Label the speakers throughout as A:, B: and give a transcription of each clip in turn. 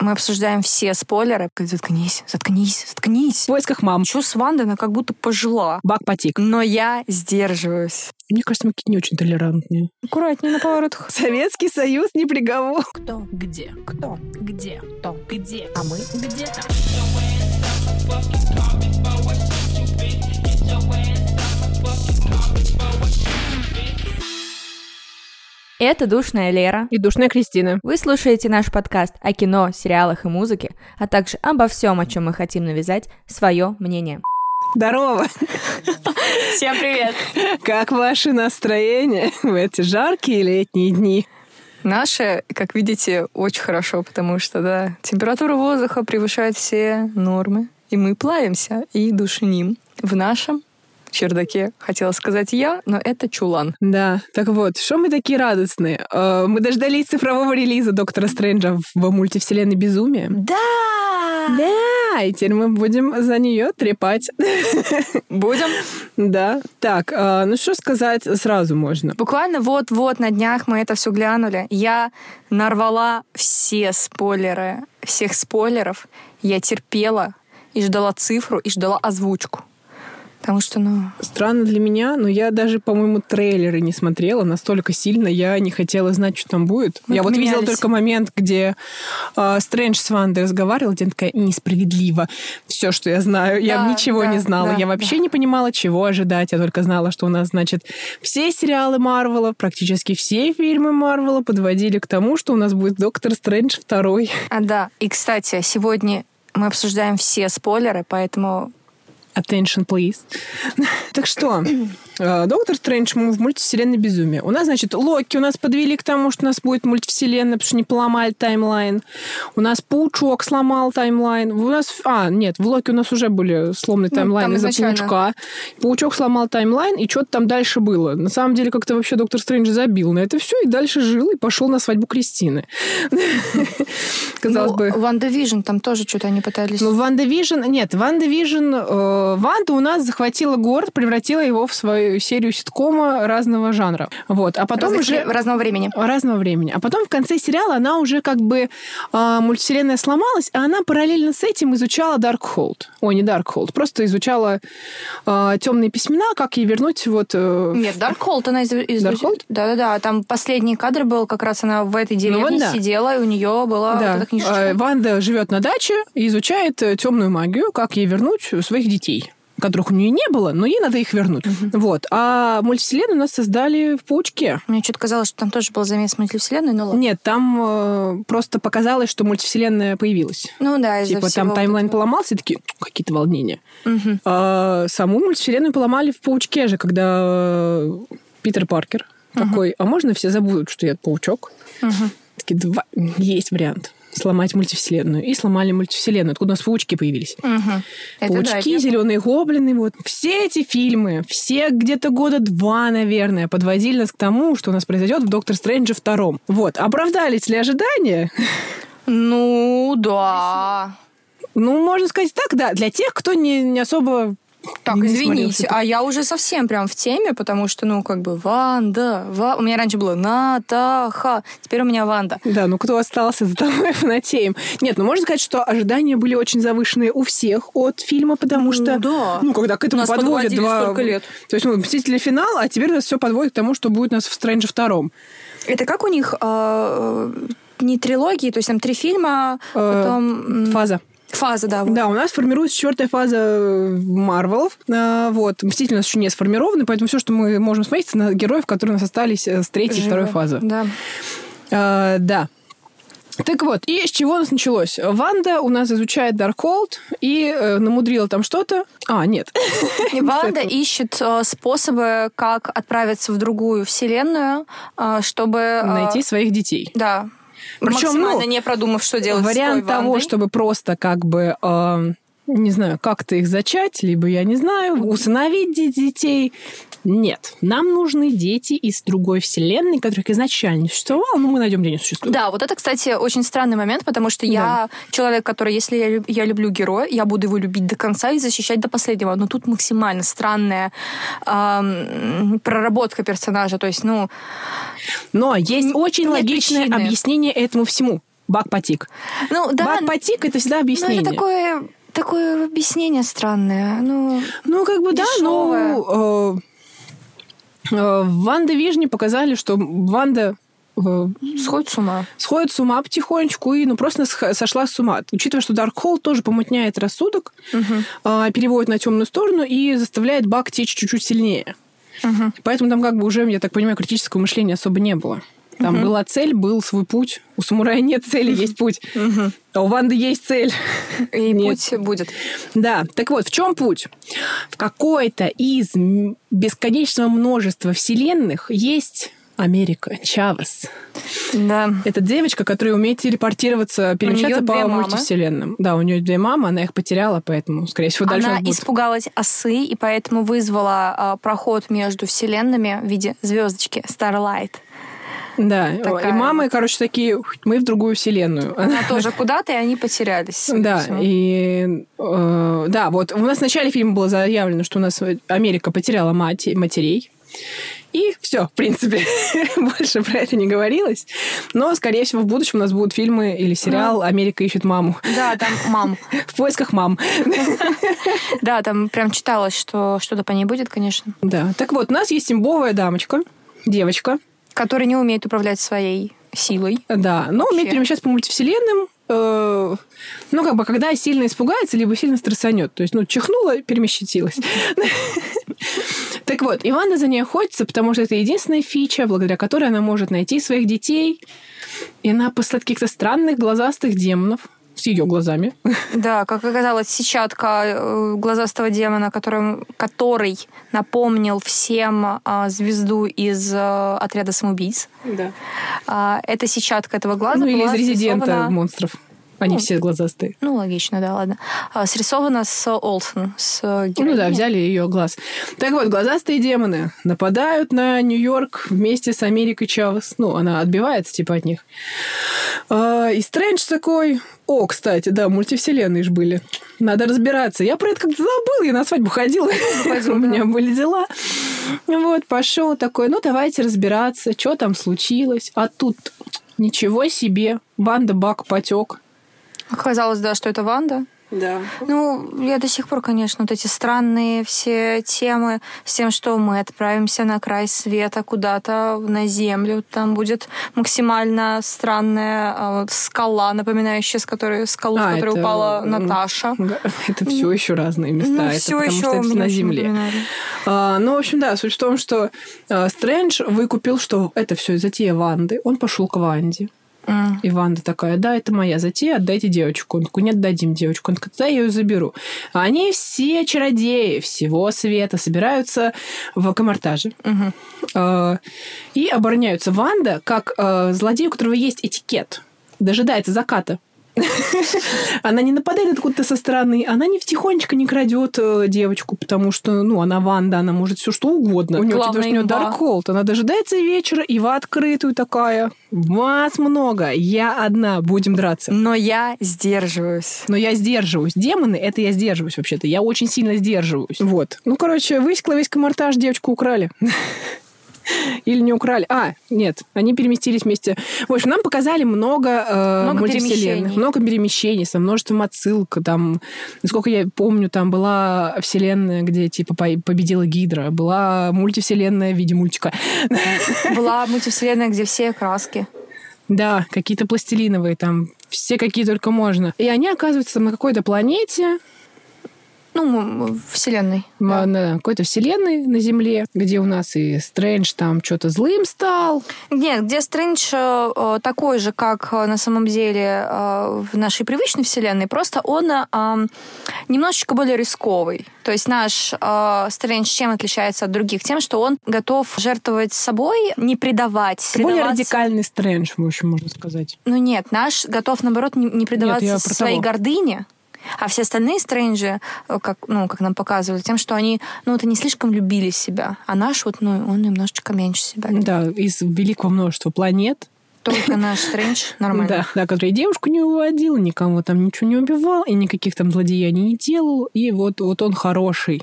A: Мы обсуждаем все спойлеры. Как Заткнись, заткнись, заткнись.
B: В поисках мам.
A: Чувств Вандена как будто пожила.
B: Бак потик.
A: Но я сдерживаюсь.
B: Мне кажется, мы какие-то не очень толерантные.
A: Аккуратнее на поворотах.
B: Советский Союз не приговор.
C: Кто? Где? Кто? Где? Кто? Где? А мы где-то.
D: Это «Душная Лера».
B: И душная Кристина.
D: Вы слушаете наш подкаст о кино, сериалах и музыке, а также обо всем, о чем мы хотим навязать свое мнение.
B: Здорово!
A: Всем привет.
B: Как ваше настроение в эти жаркие летние дни?
A: Наши, как видите, очень хорошо, потому что, да, температура воздуха превышает все нормы. И мы плавимся и душним в нашем чердаке, хотела сказать я, но это чулан.
B: Да, так вот, что мы такие радостные? Э, Мы дождались цифрового релиза Доктора Стрэнджа в- в мультивселенной безумия.
A: Да!
B: Да, и теперь мы будем за нее трепать.
A: Будем.
B: Да. Так, э, ну что сказать сразу можно.
A: Буквально вот-вот на днях мы это все глянули. Я нарвала все спойлеры, всех спойлеров. Я терпела и ждала цифру, и ждала озвучку. Потому что, ну,
B: Странно для меня, но я даже, по-моему, трейлеры не смотрела настолько сильно. Я не хотела знать, что там будет.
A: Мы
B: я вот видела
A: поменялись.
B: только момент, где э, Стрэндж с Вандой разговаривал, где она такая несправедливо. Все, что я знаю, я
A: Да,
B: ничего
A: да,
B: не знала.
A: да,
B: я вообще не понимала, чего ожидать. Я только знала, что у нас, значит, все сериалы Марвела, практически все фильмы Марвела подводили к тому, что у нас будет Доктор Стрэндж второй.
A: а да. И, кстати, сегодня мы обсуждаем все спойлеры, поэтому
B: Attention, please. Так что, э, Доктор Стрэндж м- в мультивселенной безумие. У нас, значит, Локи у нас подвели к тому, что у нас будет мультивселенная, потому что не поломали таймлайн. У нас Паучок сломал таймлайн. У нас... А, нет, в Локи у нас уже были сломанные
A: Ну,
B: таймлайн
A: там
B: из-за
A: изначально.
B: Паучка. Паучок сломал таймлайн, и что-то там дальше было. На самом деле, как-то вообще Доктор Стрэндж забил на это все и дальше жил и пошел на свадьбу Кристины. Казалось
A: ну,
B: бы...
A: Ванда Вижн там тоже что-то они пытались.
B: Ну, Ванда Вижн... Нет, Ванда Вижн... э, Ванда у нас захватила город, превратила его в свою серию ситкома разного жанра. Вот. А потом
A: Разных
B: уже...
A: вре- разного времени.
B: Разного времени. А потом в конце сериала она уже как бы... э, мультивселенная сломалась, а она параллельно с этим изучала Даркхолд. Ой, не Даркхолд. Просто изучала темные письмена, как ей вернуть вот... э,
A: Нет, Даркхолд она из... из-
B: Даркхолд?
A: Да-да-да, там последний кадр был, как раз она в этой деревне
B: Ну вот да.
A: сидела, и у нее была
B: Да.
A: А вот эта книжечка.
B: Э, Ванда живет на даче и изучает э, темную магию, как ей вернуть э, своих детей которых у нее не было, но ей надо их вернуть. Вот. А мультивселенную у нас создали в паучке.
A: Мне что-то казалось, что там тоже был замес мультивселенной, но ладно.
B: Нет, там э, просто показалось, что мультивселенная появилась.
A: Ну да, из-за
B: типа
A: всего
B: там
A: вот
B: таймлайн
A: этого.
B: поломался, и такие «Ть, какие-то волнения.
A: Мгм.
B: А саму мультивселенную поломали в паучке же, когда э, Питер Паркер такой: А можно все забудут, что я паучок?
A: Мгм.
B: Такие два есть вариант сломать мультивселенную. И сломали мультивселенную. Откуда у нас паучки появились?
A: Мгм. Это да,
B: Паучки,
A: я-
B: зеленые гоблины, вот все эти фильмы, все где-то года два, наверное, подводили нас к тому, что у нас произойдет в Доктор Стрэнджа втором. Вот, оправдались ли ожидания?
A: Ну да.
B: Ну, можно сказать так, да, для тех, кто не, не особо...
A: Так,
B: не смотрел
A: извините,
B: всё это.
A: а я уже совсем прям в теме, потому что, ну, как бы Ванда, Ва- У меня раньше было Натаха, теперь у меня Ванда.
B: Да, ну кто остался за тобой фанатеем? Нет, ну можно сказать, что ожидания были очень завышенные у всех от фильма, потому
A: Ну,
B: что...
A: да.
B: Ну, когда к этому
A: Нас
B: подводят
A: подводили
B: два...
A: столько лет.
B: То есть, ну, «Мстители. Финал», а теперь нас все подводит к тому, что будет у нас в «Стрэнджа втором».
A: Это как у них а, э, не трилогии, то есть там три фильма, а потом... м,
B: Э, Фаза.
A: Фаза, Э, да. вот.
B: Да, у нас формируется четвертая фаза Марвелов. А, Вот. Мстители у нас еще не сформированы, поэтому все, что мы можем смотреть, это на героев, которые у нас остались э, с третьей и
A: Живо.
B: второй фазы.
A: Да.
B: А, Да. Так вот, и с чего у нас началось? Ванда у нас изучает Даркхолд и э, намудрила там что-то. А, нет.
A: Э, И Ванда ищет э, способы, как отправиться в другую вселенную, э, чтобы... э,
B: Найти своих детей.
A: Да.
B: Причем,
A: Максимально
B: ну,
A: не продумав, что делать
B: Вариант
A: с той
B: того,
A: Вандой.
B: чтобы просто как бы... э, не знаю, как-то их зачать, либо, я не знаю, усыновить де- детей. Нет, нам нужны дети из другой вселенной, которых изначально не существовало, но мы найдем, где они существуют.
A: Да, вот это, кстати, очень странный момент, потому что я человек, который, если я, люб- я люблю героя, я буду его любить до конца и защищать до последнего. Но тут максимально странная эм, проработка персонажа. То есть, ну,
B: Но есть очень
A: нет
B: логичное
A: причины.
B: объяснение этому всему. Бак потик.
A: Ну, да,
B: Бак потик это всегда
A: но
B: объяснение.
A: это такое, такое объяснение странное. Ну,
B: Ну, как бы, да, но
A: Дешёвое.
B: э, э, в Ванда Вижне показали, что Ванда э,
A: сходит с ума.
B: сходит с ума потихонечку и ну, просто сх- сошла с ума. Учитывая, что Дарк Холл тоже помутняет рассудок, а, переводит на темную сторону и заставляет Бак течь чуть-чуть сильнее.
A: Мгм.
B: Поэтому там как бы уже, я так понимаю, критического мышления особо не было. Там была цель, был свой путь. У самурая нет цели, есть путь. А у Ванды есть цель.
A: И
B: Нет.
A: путь будет.
B: Да, так вот, в чем путь? В какой-то из м- бесконечного множества вселенных есть Америка, Чавес.
A: Да.
B: Это девочка, которая умеет телепортироваться, перемещаться
A: неё
B: по
A: две мамы.
B: мультивселенным. Да, у нее две мамы, она их потеряла, поэтому, скорее всего, дальше
A: Она
B: она будет.
A: испугалась осы и поэтому вызвала а, проход между вселенными в виде звездочки Starlight.
B: Да,
A: такая.
B: и мамы, короче, такие, «Ух, мы в другую вселенную.
A: Она тоже куда-то, и они потерялись. судя по
B: Да,
A: всему.
B: и э, да, вот у нас в начале фильма было заявлено, что у нас Америка потеряла мать, матерей. И все, в принципе, больше про это не говорилось. Но, скорее всего, в будущем у нас будут фильмы или сериал «Америка ищет маму».
A: Да, там мам.
B: В поисках мам.
A: Да, там прям читалось, что что-то по ней будет, конечно.
B: да. Так вот, у нас есть имбовая дамочка, девочка,
A: Который не умеет управлять своей силой.
B: Да, но умеет
A: Вообще.
B: перемещаться по мультивселенным. э, Ну, как бы, когда сильно испугается, либо сильно стрессанет. То есть, ну, чихнула, перемещетилась. Так вот, Ивана за ней охотится, потому что это единственная фича, благодаря которой она может найти своих детей. И она посылает каких-то странных глазастых демонов с ее глазами.
A: Да, как оказалось, сетчатка э, глазастого демона, которым- который напомнил всем а, звезду из э, отряда самоубийц.
B: Да.
A: А, эта сетчатка этого глаза
B: Ну, или
A: была
B: из резидента
A: срисована-
B: монстров. Они
A: Ну,
B: все глазастые.
A: Ну, логично, да, ладно. А, срисована с Олсен, с э,
B: Ну да,
A: героиней.
B: взяли ее глаз. Так вот, глазастые демоны нападают на Нью-Йорк вместе с Америкой Чавес. Ну, она отбивается типа от них. А, И Стрэндж такой... О, кстати, да, мультивселенные ж были. Надо разбираться. Я про это как-то забыл, я на свадьбу ходила. У меня были дела. Вот, пошел такой, ну, давайте разбираться, что там случилось. А тут ничего себе. Банда Бак потек.
A: Оказалось, да, что это Ванда.
B: Да.
A: Ну, я до сих пор, конечно, вот эти странные все темы с тем, что мы отправимся на край света куда-то на землю. Там будет максимально странная э, скала, напоминающая с которой, скалу,
B: А,
A: с которой
B: это,
A: упала
B: м,
A: Наташа.
B: Это все еще разные места.
A: ну,
B: это
A: все
B: потому
A: еще
B: что это
A: мне
B: на
A: очень
B: Земле.
A: напоминали.
B: А, ну, в общем, да, суть в том, что а, Стрэндж выкупил, что это все затея Ванды. Он пошел к Ванде.
A: М.
B: И Ванда такая, да, это моя затея, отдайте девочку. Он такой, нет, дадим девочку. Он такой, тогда я ее заберу. А они все чародеи всего света собираются в камортаже.
A: Мгм.
B: А, и обороняются. Ванда, как а, злодей, у которого есть этикет, дожидается заката. Она не нападает откуда-то со стороны, она не втихонечко не крадет э, девочку, потому что, ну, она Ванда, она может все что угодно. У нее,
A: Главное,
B: у нее
A: имба.
B: Даркхолд, она дожидается вечера и в открытую такая. Вас много, я одна, будем драться.
A: Но я сдерживаюсь.
B: Но я сдерживаюсь. Демоны, это я сдерживаюсь вообще-то. Я очень сильно сдерживаюсь. Вот. Ну, короче, высекла весь комортаж, девочку украли. Или не украли. А, нет, они переместились вместе. В общем, нам показали много, э,
A: Много
B: мультивселенных,
A: перемещений.
B: много перемещений со множеством отсылок. Там, насколько я помню, там была вселенная, где типа по- победила Гидра, была мультивселенная в виде мультика.
A: Была мультивселенная, где все краски.
B: Да, какие-то пластилиновые там, все какие только можно. И они оказываются на какой-то планете,
A: Ну, м- м- вселенной.
B: М,
A: да.
B: на какой-то вселенной на Земле, где у нас и Стрэндж там что-то злым стал.
A: Нет, где Стрэндж э, э, такой же, как э, на самом деле э, в нашей привычной вселенной, просто он э, эм, немножечко более рисковый. То есть наш э, Стрэндж чем отличается от других? Тем, что он готов жертвовать собой, не предавать.
B: Более
A: предаваться-
B: радикальный Стрэндж, в общем, можно сказать.
A: Ну нет, наш готов, наоборот, не, не предаваться
B: я про
A: своей
B: того.
A: гордыне. А все остальные Стрэнджи, э, как, ну, как нам показывали, тем, что они, ну, это не слишком любили себя. А наш вот, ну, он немножечко меньше себя. любит.
B: Да, из великого множества планет.
A: Только наш Стрэндж нормально.
B: Да, да, который и девушку не уводил, никого там ничего не убивал, и никаких там злодеяний не делал. И вот, вот он хороший.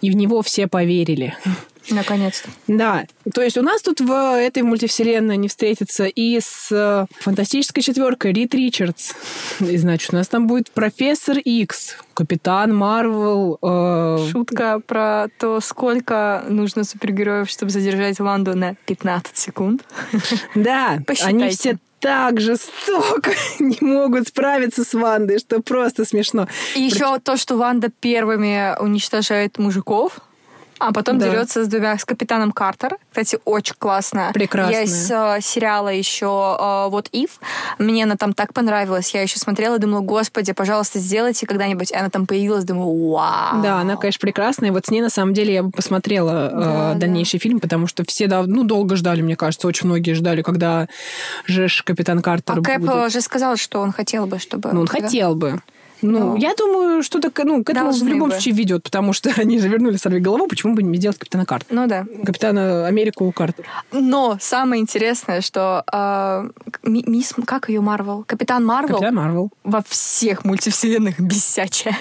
B: И в него все поверили.
A: Наконец-то.
B: Да, то есть у нас тут в этой мультивселенной не встретится и с э, фантастической четверкой Рид Ричардс. И значит, у нас там будет профессор Икс, капитан Марвел. э,
A: Шутка про то, сколько нужно супергероев, чтобы задержать Ланду на 15 секунд.
B: Да,
A: Посчитайте.
B: они все так жестоко не могут справиться с Вандой, что просто смешно.
A: И еще то, что Ванда первыми уничтожает мужиков, а потом
B: Да.
A: дерется с двумя с капитаном Картер. Кстати, очень классно.
B: Прекрасная.
A: Я из э, сериала еще э, вот Ив. Мне она там так понравилась. Я еще смотрела и думала, господи, пожалуйста, сделайте когда-нибудь. И она там появилась, думаю, вау.
B: Да, она, конечно, прекрасная. И Вот с ней, на самом деле, я бы посмотрела э,
A: Да, да.
B: дальнейший фильм, потому что все дав- ну, долго ждали, мне кажется, очень многие ждали, когда же ж капитан Картер
A: А Кэп
B: будет.
A: э, же сказал, что он хотел бы, чтобы...
B: Ну, он
A: когда-
B: хотел бы. Ну,
A: Да.
B: я думаю, что так, ну, к этому в
A: Должны
B: любом
A: бы.
B: случае ведет, потому что они же вернули сорви голову, почему бы не сделать капитана Картера?
A: Ну да.
B: Капитана Америку Картера.
A: Но самое интересное, что э, ми- мисс... Как ее Марвел? Капитан Марвел
B: Капитан Марвел.
A: во всех мультивселенных бесячая.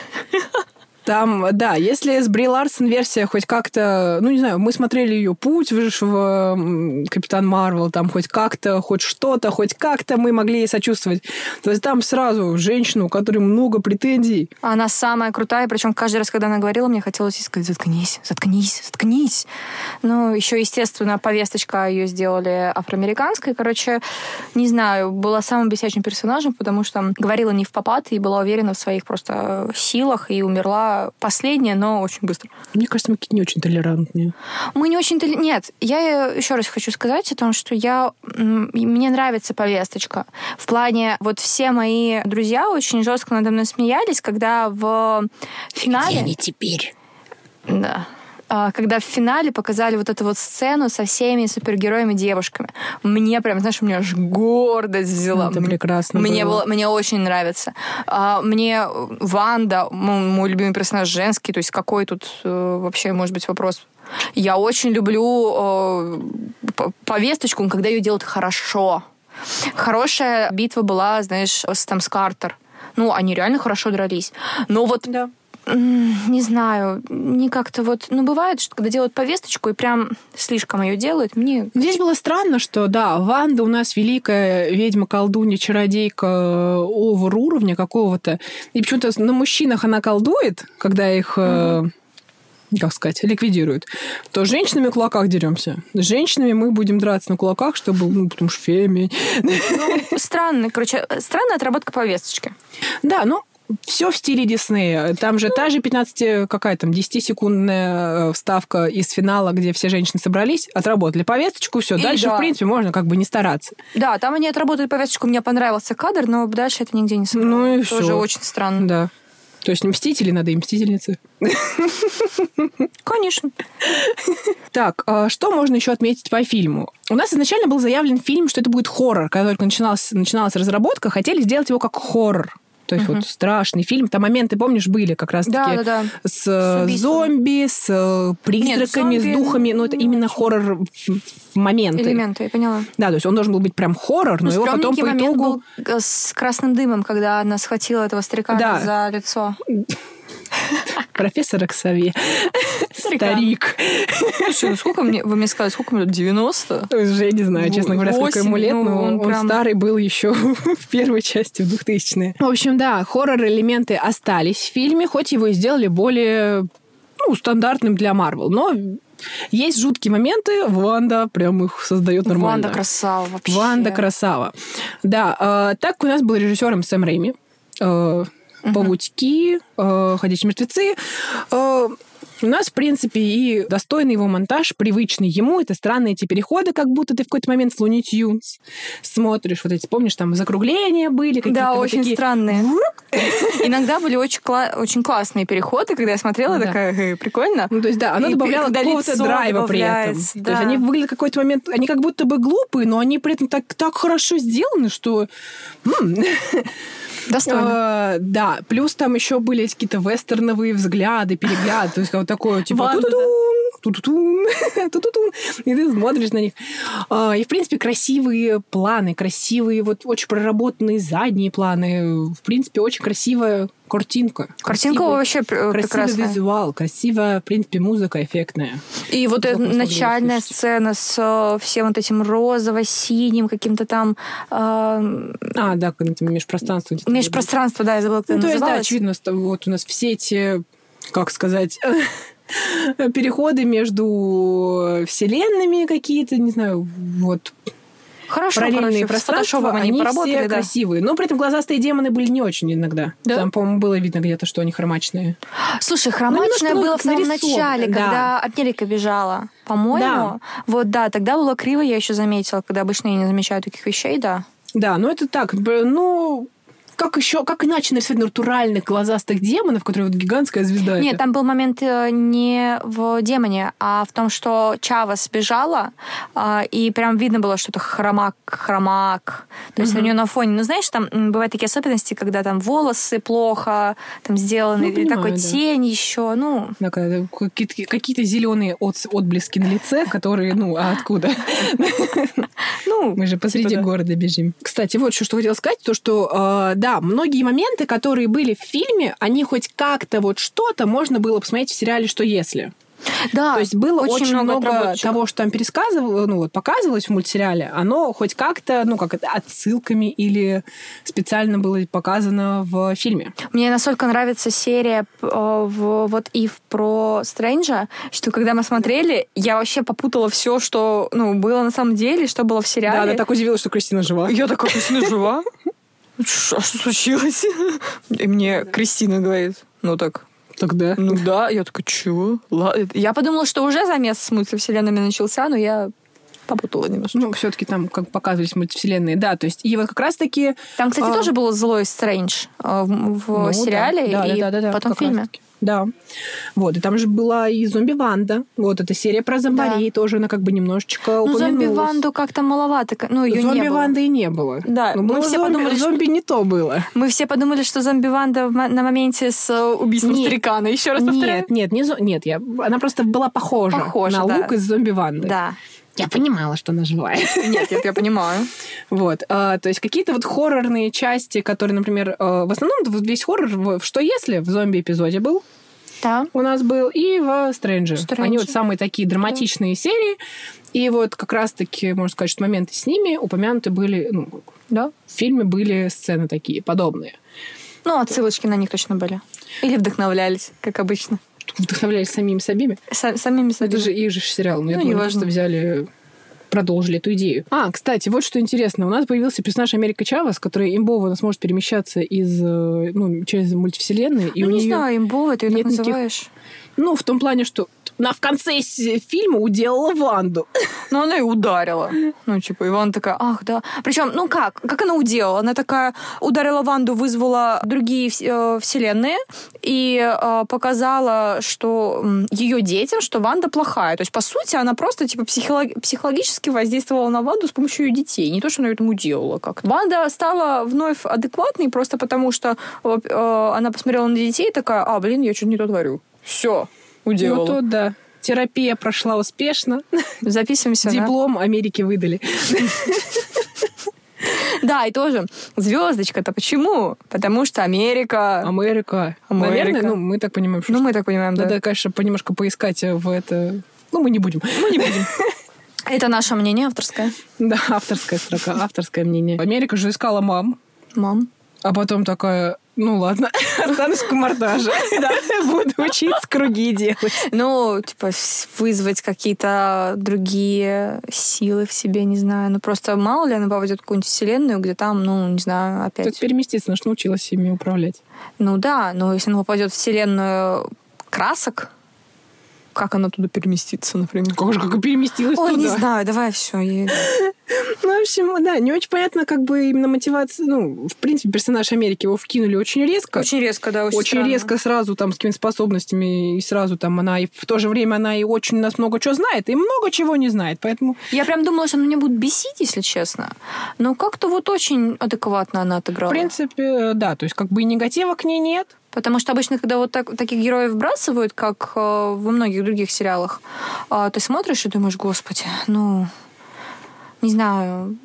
B: Там, да, если с Бри Ларсон версия хоть как-то, ну, не знаю, мы смотрели ее путь выжившего м, Капитан Марвел, там хоть как-то, хоть что-то, хоть как-то мы могли ей сочувствовать. То есть там сразу женщину, у которой много претензий.
A: Она самая крутая, причем каждый раз, когда она говорила, мне хотелось ей сказать, заткнись, заткнись, заткнись. Ну, еще, естественно, повесточка ее сделали афроамериканской. Короче, не знаю, была самым бесячим персонажем, потому что говорила не в попад и была уверена в своих просто э, силах и умерла последняя, но очень быстро.
B: Мне кажется, мы какие-то не очень толерантные.
A: Мы не очень-то... ли- Нет, я еще раз хочу сказать о том, что я... м, Мне нравится повесточка. В плане, вот все мои друзья очень жестко надо мной смеялись, когда в финале...
B: теперь?
A: Да. А, Когда в финале показали вот эту вот сцену со всеми супергероями-девушками. Мне прям, знаешь, у меня аж гордость взяла.
B: Ну, Это прекрасно
A: Мне,
B: было.
A: было. мне очень нравится. А, Мне Ванда, м- мой любимый персонаж женский, то есть какой тут э, вообще может быть вопрос? Я очень люблю э, по- повесточку, когда ее делают хорошо. Хорошая битва была, знаешь, с, там, с Картер. Ну, они реально хорошо дрались. Но вот М, Не знаю, не как-то вот... Ну, бывает, что когда делают повесточку и прям слишком ее делают, мне...
B: Ну, Здесь было странно, что, да, Ванда у нас великая ведьма, колдунья, чародейка э, овер уровня какого-то. И почему-то на мужчинах она колдует, когда их, э, как сказать, ликвидируют. То с женщинами на кулаках деремся. С женщинами мы будем драться на кулаках, чтобы, ну, потому что феми.
A: Странно, короче, странная отработка повесточки.
B: Да, ну, все в стиле Диснея. Там же та же 15, какая там, 10-секундная э, вставка из финала, где все женщины собрались, отработали повесточку, все.
A: И
B: Дальше,
A: да.
B: в принципе, можно как бы не стараться.
A: Да, там они отработали повесточку, мне понравился кадр, но дальше это нигде не сыграло.
B: Ну и всё.
A: Тоже очень странно.
B: Да. То есть не мстители надо, и мстительницы.
A: Конечно.
B: Так, а что можно еще отметить по фильму? У нас изначально был заявлен фильм, что это будет хоррор. Когда только начиналась, начиналась разработка, хотели сделать его как хоррор. То есть вот страшный фильм. Там моменты, помнишь, были как раз-таки
A: Да, да, да.
B: с, э,
A: убийством.
B: зомби, с э, призраками,
A: зомби,
B: с духами. Но это
A: ну,
B: именно хоррор в- в моменты.
A: Элементы, я поняла.
B: Да, то есть он должен был быть прям хоррор, но
A: Ну,
B: его потом
A: стрёмненький
B: по
A: момент
B: итогу...
A: был э, с красным дымом, когда она схватила этого старика
B: Да.
A: за лицо.
B: Профессор Иксави. Старик.
A: Слушай, сколько мне... Вы мне сказали, сколько мне лет? 90?
B: То есть уже я не знаю, честно говоря, сколько ему
A: Восемь,
B: лет,
A: ну,
B: но Ну, он,
A: он прям-
B: старый был еще в первой части, в 2000-е. В общем, да, хоррор-элементы остались в фильме, хоть его и сделали более ну, стандартным для Марвел. Но есть жуткие моменты, Ванда прям их создает нормально.
A: Ванда красава вообще.
B: Ванда красава. Да, э, так у нас был режиссером Сэм Рэйми. Э, Паутики, э, ходячие мертвецы. Э, у нас, в принципе, и достойный его монтаж, привычный ему. Это странные эти переходы, как будто ты в какой-то момент в Луни Тюнс смотришь. Вот эти, помнишь, там закругления были какие-то.
A: Да,
B: вот
A: очень
B: такие.
A: странные. Иногда были очень, кла- очень классные переходы, когда я смотрела,
B: Да.
A: такая, «Э, прикольно.
B: Ну, то есть, да, она
A: И
B: добавляла
A: когда
B: какого-то
A: лицо
B: драйва при этом.
A: добавляется,
B: То
A: да.
B: есть, они выглядят в какой-то момент... Они как будто бы глупые, но они при этом так, так хорошо сделаны, что... м,
A: Достойно.
B: Э, Да, плюс там еще были эти какие-то вестерновые взгляды, перегляды, то есть как вот такое, типа,
A: Ванда,
B: «Ту-ту-тун, ту-ту-тун, ту-ту-тун, и ты смотришь на них. А, И, в принципе, красивые планы, красивые, вот очень проработанные задние планы. В принципе, очень красивая картинка.
A: Картинка
B: Красивый-
A: вообще пр- э,
B: Красивый
A: прекрасная.
B: визуал, красивая, в принципе, музыка эффектная.
A: И вот эта
B: Плохо смогла
A: начальная
B: услышать.
A: сцена с э, всем вот этим розово-синим каким-то там э,
B: А, да, когда там межпространство. где-то было.
A: межпространство, да, я забыла, как
B: Ну,
A: это
B: то есть, да,
A: называлось.
B: очевидно, что вот у нас все эти, как сказать, переходы между вселенными какие-то, не знаю, вот
A: Хорошо,
B: параллельные
A: короче, с
B: пространства,
A: фотошопом они,
B: они
A: поработали,
B: все
A: да.
B: красивые. Но при этом глазастые демоны были не очень иногда.
A: Да?
B: Там, по-моему, было видно где-то, что они хромачные.
A: Слушай, хромачное
B: немножко, ну,
A: было в
B: как
A: самом
B: нарисовано,
A: начале,
B: да.
A: когда Америка бежала, по-моему.
B: Да.
A: Вот, да, тогда было криво, я еще заметила, когда обычно я не замечаю таких вещей, да.
B: Да, ну это так, б- ну... Как еще, как иначе нарисовать натуральных глазастых демонов, которые вот гигантская звезда?
A: Нет,
B: это?
A: там был момент э, не в демоне, а в том, что Чава сбежала, а, и прям видно было, что это хромак, хромак. То есть у нее на фоне, ну знаешь, там м, бывают такие особенности, когда там волосы плохо, там сделаны,
B: Ну,
A: или такой
B: понимаю, да.
A: тень еще, ну...
B: Да, когда какие-то, какие-то зеленые отс- отблески на лице, которые, ну, а откуда?
A: Ну,
B: Мы же посреди
A: да.
B: города бежим. Кстати, вот еще что хотела сказать, то что, э, да, многие моменты, которые были в фильме, они хоть как-то вот что-то можно было посмотреть в сериале «Что если?».
A: да,
B: То есть было А, очень, много,
A: отработчиков.
B: того, что там пересказывало, ну вот показывалось в мультсериале, оно хоть как-то, ну как это, отсылками или специально было показано в фильме.
A: Мне настолько нравится серия э, в вот Ив про Стрэнджа, что когда мы смотрели, я вообще попутала все, что ну, было на самом деле, что было в сериале.
B: Да, она так удивилась, что Кристина жива.
A: Я такая, Кристина жива? Ш- А что случилось? И мне Кристина говорит, ну так,
B: Тогда.
A: ну да. Я такая, чего? Ла- Я подумала, что уже замес с мультивселенными начался, но я попутала немножко.
B: Ну, все-таки там, как показывались мультивселенные, да, то есть, и вот как раз-таки
A: Там, кстати,
B: а.
A: тоже был злой Стрэндж э, в, в
B: Ну, да.
A: сериале
B: Да,
A: и
B: да, да, да,
A: потом в
B: как раз
A: фильме.
B: таки. Да. Вот, и там же была и зомби-ванда. Вот, эта серия про зомбарей тоже, она как бы немножечко
A: Ну,
B: упомянулась.
A: зомби-ванду как-то маловато. к- Ну, ее не было.
B: Зомби-ванды и не было.
A: Да,
B: Ну,
A: мы
B: было
A: все
B: зомби,
A: подумали, что-
B: зомби не то было.
A: Мы все подумали, что зомби-ванда в мо- на моменте с э, убийством
B: Нет.
A: старикана. Еще раз повторяю.
B: Нет, нет, не зо- нет, я... она просто была похожа,
A: Похожа,
B: на
A: да.
B: лук из зомби-ванды.
A: Да.
B: Я понимала, что она живая.
A: Нет, я, я понимаю.
B: Вот, а, то есть какие-то вот хоррорные части, которые, например, э, в основном вот весь хоррор в, в «Что если?» в зомби-эпизоде был,
A: Да.
B: у нас был, и в Стрэнджи.
A: Стрэнджи.
B: Они вот самые такие драматичные серии. И вот как раз-таки, можно сказать, что моменты с ними упомянуты были, ну,
A: Да.
B: в фильме были сцены такие, подобные.
A: Ну, отсылочки на них точно были. Или вдохновлялись, как обычно.
B: Вдохновлялись самими собими.
A: Са- самими собой.
B: Ну, Это же их же сериал, но я
A: Ну,
B: думаю,
A: неважно.
B: просто взяли продолжили эту идею. А, кстати, вот что интересно. У нас появился персонаж Америка Чавес, который имбово у нас может перемещаться из, э, ну, через мультивселенную. и
A: ну,
B: у
A: не
B: неё-
A: знаю, имбовый, ты ее так
B: нет никаких-
A: называешь.
B: Ну, в том плане, что она в конце с- фильма уделала Ванду.
A: Ну, она и ударила. Ну, типа, Иван такая, ах, да. Причем, ну как? Как она уделала? Она такая ударила Ванду, вызвала другие вс- э, вселенные и э, показала, что м, ее детям, что Ванда плохая. То есть, по сути, она просто, типа, психолог- психологически воздействовала на Ванду с помощью ее детей. Не то, что она ее там уделала как-то. Ванда стала вновь адекватной просто потому, что э, э, она посмотрела на детей и такая, а, блин, я что-то не то творю. Все, уделала.
B: Ну, то да. Терапия прошла успешно.
A: Записываемся на
B: Диплом Америке выдали.
A: Да, и тоже звездочка-то почему? Потому что
B: А
A: Америка.
B: Америка.
A: Америка.
B: Наверное, ну, мы так понимаем, что...
A: Ну, мы так понимаем, да.
B: Надо, конечно, понемножку поискать в это... Ну, мы не будем. Мы не будем.
A: Это наше мнение авторское.
B: Да, авторская строка, авторское мнение. Америка же искала мам,
A: Мам.
B: а потом такая... Ну ладно, останусь в кумардаже. Буду учиться круги делать.
A: Ну, типа, с- вызвать какие-то другие силы в себе, не знаю. Ну, просто мало ли она попадет в какую-нибудь вселенную, где там, ну, не знаю, опять.
B: Тут переместиться, потому что научилась ими управлять.
A: Ну да, но если она попадет в вселенную красок, как она туда переместится, например?
B: Как же, как и переместилась
A: Ой, не
B: туда.
A: знаю, давай все.
B: Ну, в общем, да, не очень понятно, как бы именно мотивация... Ну, в принципе, персонаж Америки его вкинули очень резко.
A: Очень резко, да, очень,
B: Очень,
A: странно.
B: резко сразу там с какими-то способностями, и сразу там она, и в то же время она и очень нас много чего знает, и много чего не знает, поэтому...
A: Я прям думала, что она меня будет бесить, если честно. Но как-то вот очень адекватно она
B: В
A: отыграла.
B: принципе, э, да, то есть как бы и негатива к ней нет.
A: Потому что обычно, когда вот так, таких героев вбрасывают, как э, во многих других сериалах, э, ты смотришь и думаешь, господи, ну, не знаю.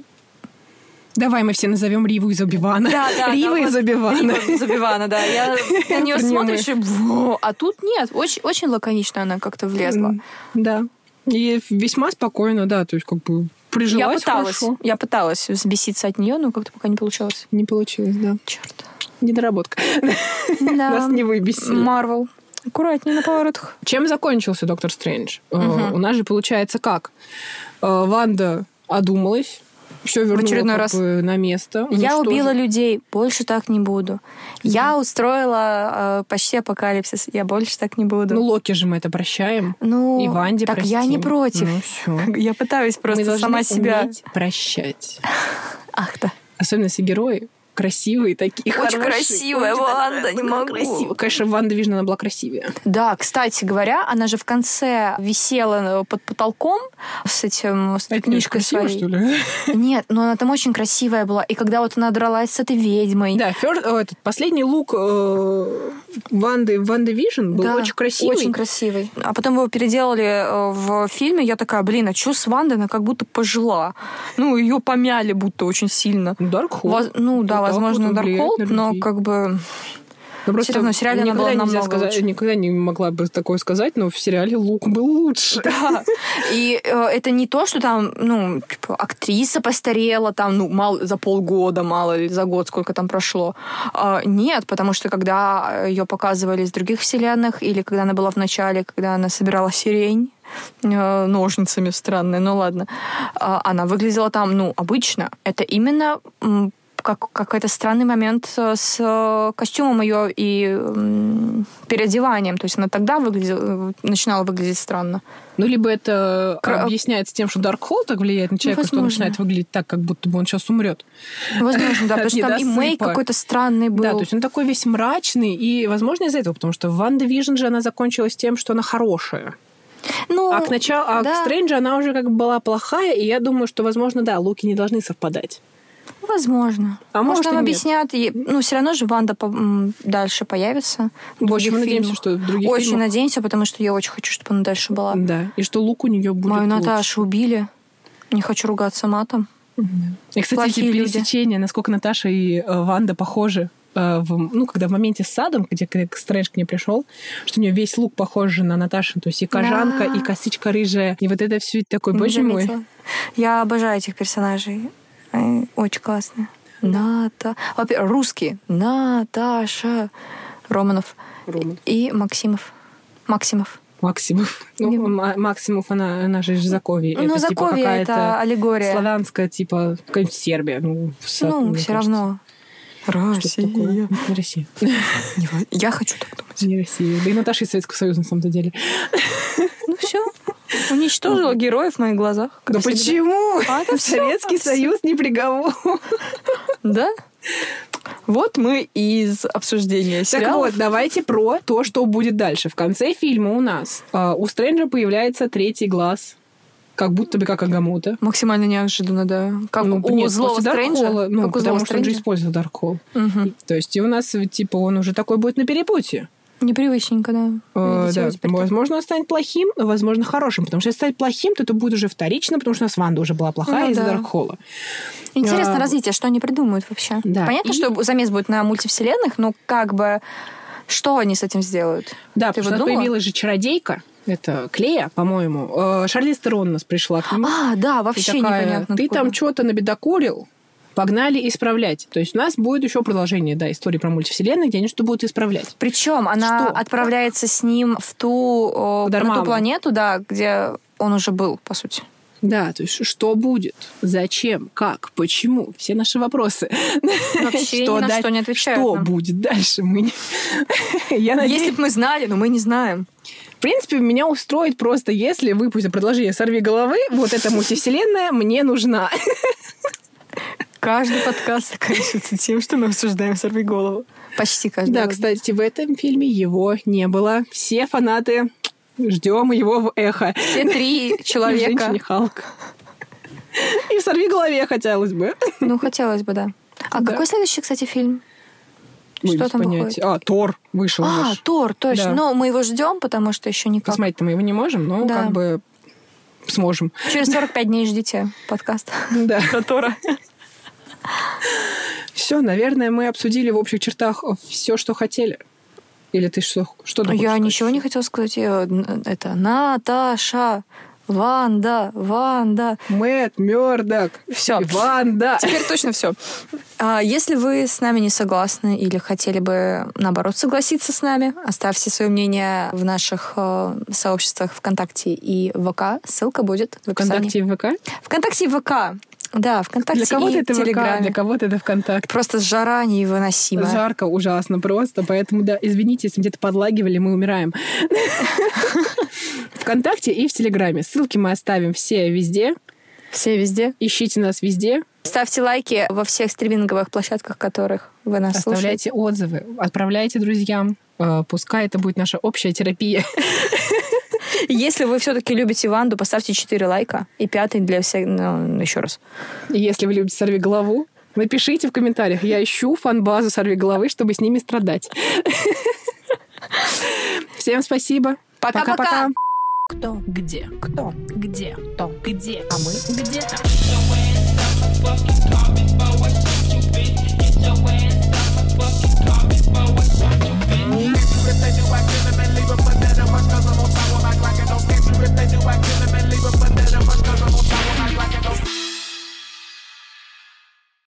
B: Давай мы все назовем Риву из Обивана.
A: Да, да,
B: Рива
A: да,
B: из
A: вот
B: Обивана.
A: Рива из Обивана, да. Я на нее
B: Про неё
A: смотришь и... «Во!» А тут нет. Очень, очень лаконично она как-то влезла.
B: Да. И весьма спокойно, да, то есть как бы
A: Я
B: прижилась
A: пыталась.
B: хорошо.
A: Я пыталась взбеситься от нее, но как-то пока не получалось.
B: Не получилось, да.
A: Черт.
B: Недоработка.
A: Эм,
B: Нас не выбесили.
A: Марвел. Аккуратнее на поворотах.
B: Чем закончился Доктор Стрэндж? Э, У нас же получается как? Э, Ванда одумалась, все вернула
A: очередной
B: как
A: раз.
B: бы на место. Ну
A: Я
B: уничтожила.
A: убила людей, больше так не буду. Я устроила э, почти апокалипсис, я больше так не буду.
B: Ну, Локи же мы это прощаем.
A: Ну,
B: И Ванде
A: так я не
B: простим.
A: против.
B: Ну, всё.
A: Я пытаюсь
B: Мы
A: просто
B: должны
A: сама себя.
B: уметь прощать.
A: Ах да.
B: Особенно если герои красивые такие,
A: Очень
B: хорошие.
A: красивая Ванда, не могу.
B: Красиво. Конечно, Ванда Вижн, она была красивее.
A: Да, кстати говоря, она же в конце висела э, под потолком с этим с этой
B: А Это не очень
A: книжкой
B: красиво,
A: своей.
B: что ли?
A: Нет, но она там очень красивая была. И когда вот она дралась с этой ведьмой,
B: Да, фёр- э, этот последний лук э, Ванды, Ванды Вижн был
A: Да,
B: очень красивый.
A: Очень красивый. А потом его переделали э, в фильме. Я такая, блин, а что с Вандой? Она как будто пожила. Ну, ее помяли будто очень сильно.
B: Даркхолд.
A: Воз- ну да,
B: Вот так
A: возможно,
B: вот он влияет
A: Даркхолд,
B: на
A: но
B: людей.
A: как бы...
B: Но
A: Всё равно в сериале она
B: Ну, никогда
A: была
B: нельзя
A: намного
B: сказать,
A: лучше.
B: никогда не могла бы такое сказать, но в сериале лук был лучше.
A: Да. И э, это не то, что там, ну, типа, актриса постарела там, ну, мало, за полгода, мало ли, за год, сколько там прошло. А, нет, потому что когда ее показывали из других вселенных, или когда она была в начале, когда она собирала сирень э, ножницами странные, ну ладно, а, она выглядела там, ну, обычно. Это именно м, как какой-то странный момент э, с э, костюмом ее и м, переодеванием. То есть она тогда выглядела, э, начинала выглядеть странно.
B: Ну, либо это
A: Кра-
B: объясняется тем, что Даркхолд так влияет на человека, что он
A: возможно.
B: начинает выглядеть так, как будто бы он сейчас умрет.
A: Возможно, да,
B: От
A: потому что там и
B: недосыпа.
A: мейк какой-то странный был.
B: Да, то есть он такой весь мрачный, и, возможно, из-за этого, потому что в Ванда Вижн же она закончилась тем, что она хорошая.
A: ну,
B: А к началу, а
A: да.
B: к Стрэнджу она уже как бы была плохая, и я думаю, что, возможно, да, луки не должны совпадать.
A: возможно.
B: А может,
A: нам
B: и нет.
A: объяснят, и- ну, все равно же Ванда по- м, дальше появится. в
B: В
A: других
B: общем, мы надеемся,
A: фильмах.
B: что в других
A: Очень
B: фильмах-
A: надеемся, потому что я очень хочу, чтобы она дальше была.
B: Да, и что лук у нее будет
A: Мою
B: лучше.
A: Наташу убили. Не хочу ругаться матом.
B: И, кстати,
A: Плохие
B: эти
A: люди.
B: пересечения, насколько Наташа и э, Ванда похожи, э, в- ну, когда в моменте с садом, где Крэг Стрэндж к ней пришел, что у нее весь лук похож же на Наташин, то есть и кожанка,
A: Да.
B: и косичка рыжая, и вот это все такой,
A: Не
B: боже мой.
A: заметила. Я обожаю этих персонажей. Они Очень классные. Ната... Во-пе- Русские. Наташа. Романов.
B: Романов.
A: И Максимов. Максимов.
B: Максимов. Ну,
A: Не-
B: Ма- Максимов, она, она же из Заковии.
A: ну,
B: это,
A: Заковье
B: типа,
A: это
B: какая-то
A: аллегория.
B: славянская, типа, какая-нибудь Сербия. Ну, с-
A: Ну,
B: мне
A: все
B: кажется,
A: равно.
B: что-то такое. Не Россия.
A: Я хочу так думать.
B: Не Россия. Да и Наташа из Советского Союза, на самом-то деле.
A: Ну все. Уничтожила героев в моих глазах. как
B: Да
A: всегда.
B: почему?
A: А, это всё,
B: Советский
A: это всё.
B: Союз не приговор.
A: Да? Вот мы и из обсуждения
B: Так
A: сериалов.
B: вот, давайте про то, что будет дальше. В конце фильма у нас э, у Стрэнджа появляется третий глаз, как будто бы как Агамута.
A: Максимально неожиданно, да. Как
B: Ну,
A: у
B: нет,
A: злого
B: после
A: Стрэнджа.
B: Даркхола, ну,
A: как у злого
B: потому что он же
A: Стрэнджа. Хм.
B: использовал Даркхол.
A: Мгм.
B: То есть и у нас, э, типа, он уже такой будет на перепутье.
A: Непривычненько, да.
B: Э,
A: видеть
B: да,
A: его теперь так.
B: Возможно, он станет плохим, но, возможно, хорошим. Потому что если стать плохим, то это будет уже вторично, потому что у нас Ванда уже была плохая
A: Ну
B: из-за
A: да.
B: Даркхола.
A: Интересно
B: А,
A: развитие, что они придумают вообще.
B: Да,
A: Понятно,
B: и-
A: что замес будет на мультивселенных, но как бы что они с этим сделают?
B: Да,
A: Ты
B: потому что у нас
A: вот думала?
B: появилась же чародейка, это Клея, по-моему. Э, Шарлиз Терон у нас пришла к нему.
A: А, да,
B: Ну, И
A: вообще
B: такая,
A: непонятно.
B: Ты
A: откуда.
B: там что-то набедокурил, погнали исправлять. То есть у нас будет еще продолжение, да, истории про мультивселенную, где они что-то будут исправлять.
A: Причем она
B: Что?
A: отправляется с ним в ту, о,
B: К
A: на
B: Дармаму.
A: ту планету, да, где он уже был, по сути.
B: Да, то есть что будет, зачем, как, почему, все наши вопросы.
A: Вообще ни на
B: дать-
A: что не отвечают
B: Что
A: нам.
B: будет дальше? Мы не- Я надеюсь,
A: Если бы мы знали, но мы не знаем.
B: в принципе, меня устроит просто, если выпустят продолжение «Сорви головы», вот эта мультивселенная мне нужна.
A: Каждый подкаст заканчивается тем, что мы обсуждаем «Сорви голову». Почти каждый.
B: Да, кстати, в этом фильме его не было. Все фанаты ждем его в эхо.
A: Все три
B: И в
A: человека.
B: «Женщине Халк». И в «Сорви голове» хотелось бы.
A: Ну, хотелось бы, да. А
B: Да.
A: какой следующий, кстати, фильм? Что
B: Ой, без
A: там
B: понятия.
A: выходит?
B: А, Тор вышел.
A: А,
B: же ж.
A: Тор, точно.
B: Да.
A: Но мы его ждем, потому что еще никак.
B: Посмотреть-то мы его не можем, но
A: Да.
B: как бы сможем.
A: Через 45 дней ждите подкаст
B: Да.
A: про Тора.
B: Все, наверное, мы обсудили в общих чертах все, что хотели. Или ты что, что
A: Я ничего не хотела сказать. Я, н- Это Наташа, Ванда, Ванда.
B: Мэтт, Мёрдок,
A: Все.
B: Иван, да.
A: Теперь точно все. А Если вы с нами не согласны или хотели бы, наоборот, согласиться с нами, оставьте свое мнение в наших э, сообществах ВКонтакте и ВК. Ссылка будет в описании.
B: ВКонтакте и ВК?
A: ВКонтакте и ВК. Да, ВКонтакте
B: Для кого-то
A: и
B: это ВК,
A: Телеграме.
B: для кого-то это ВКонтакте.
A: Просто жара невыносимая.
B: Жарко ужасно просто, поэтому, да, извините, если где-то подлагивали, мы умираем. ВКонтакте и в Телеграме. Ссылки мы оставим все везде.
A: Все везде.
B: Ищите нас везде.
A: Ставьте лайки во всех стриминговых площадках, которых вы нас слушаете.
B: Оставляйте отзывы, отправляйте друзьям. Э, Пускай это будет наша общая терапия.
A: Если вы все-таки любите Ванду, поставьте 4 лайка. И пятый для всех... Ну, еще раз.
B: И Если вы любите «Сорви голову», напишите в комментариях. Я ищу фан-базу «Сорви головы», чтобы с ними страдать. Всем спасибо.
A: Пока-пока.
C: Кто? Где? Кто? Где? Кто? Где? А мы где-то.
E: If you could take it right then and then leave it, but then it was 'cause I'm on top, I'm like, like it don't get you.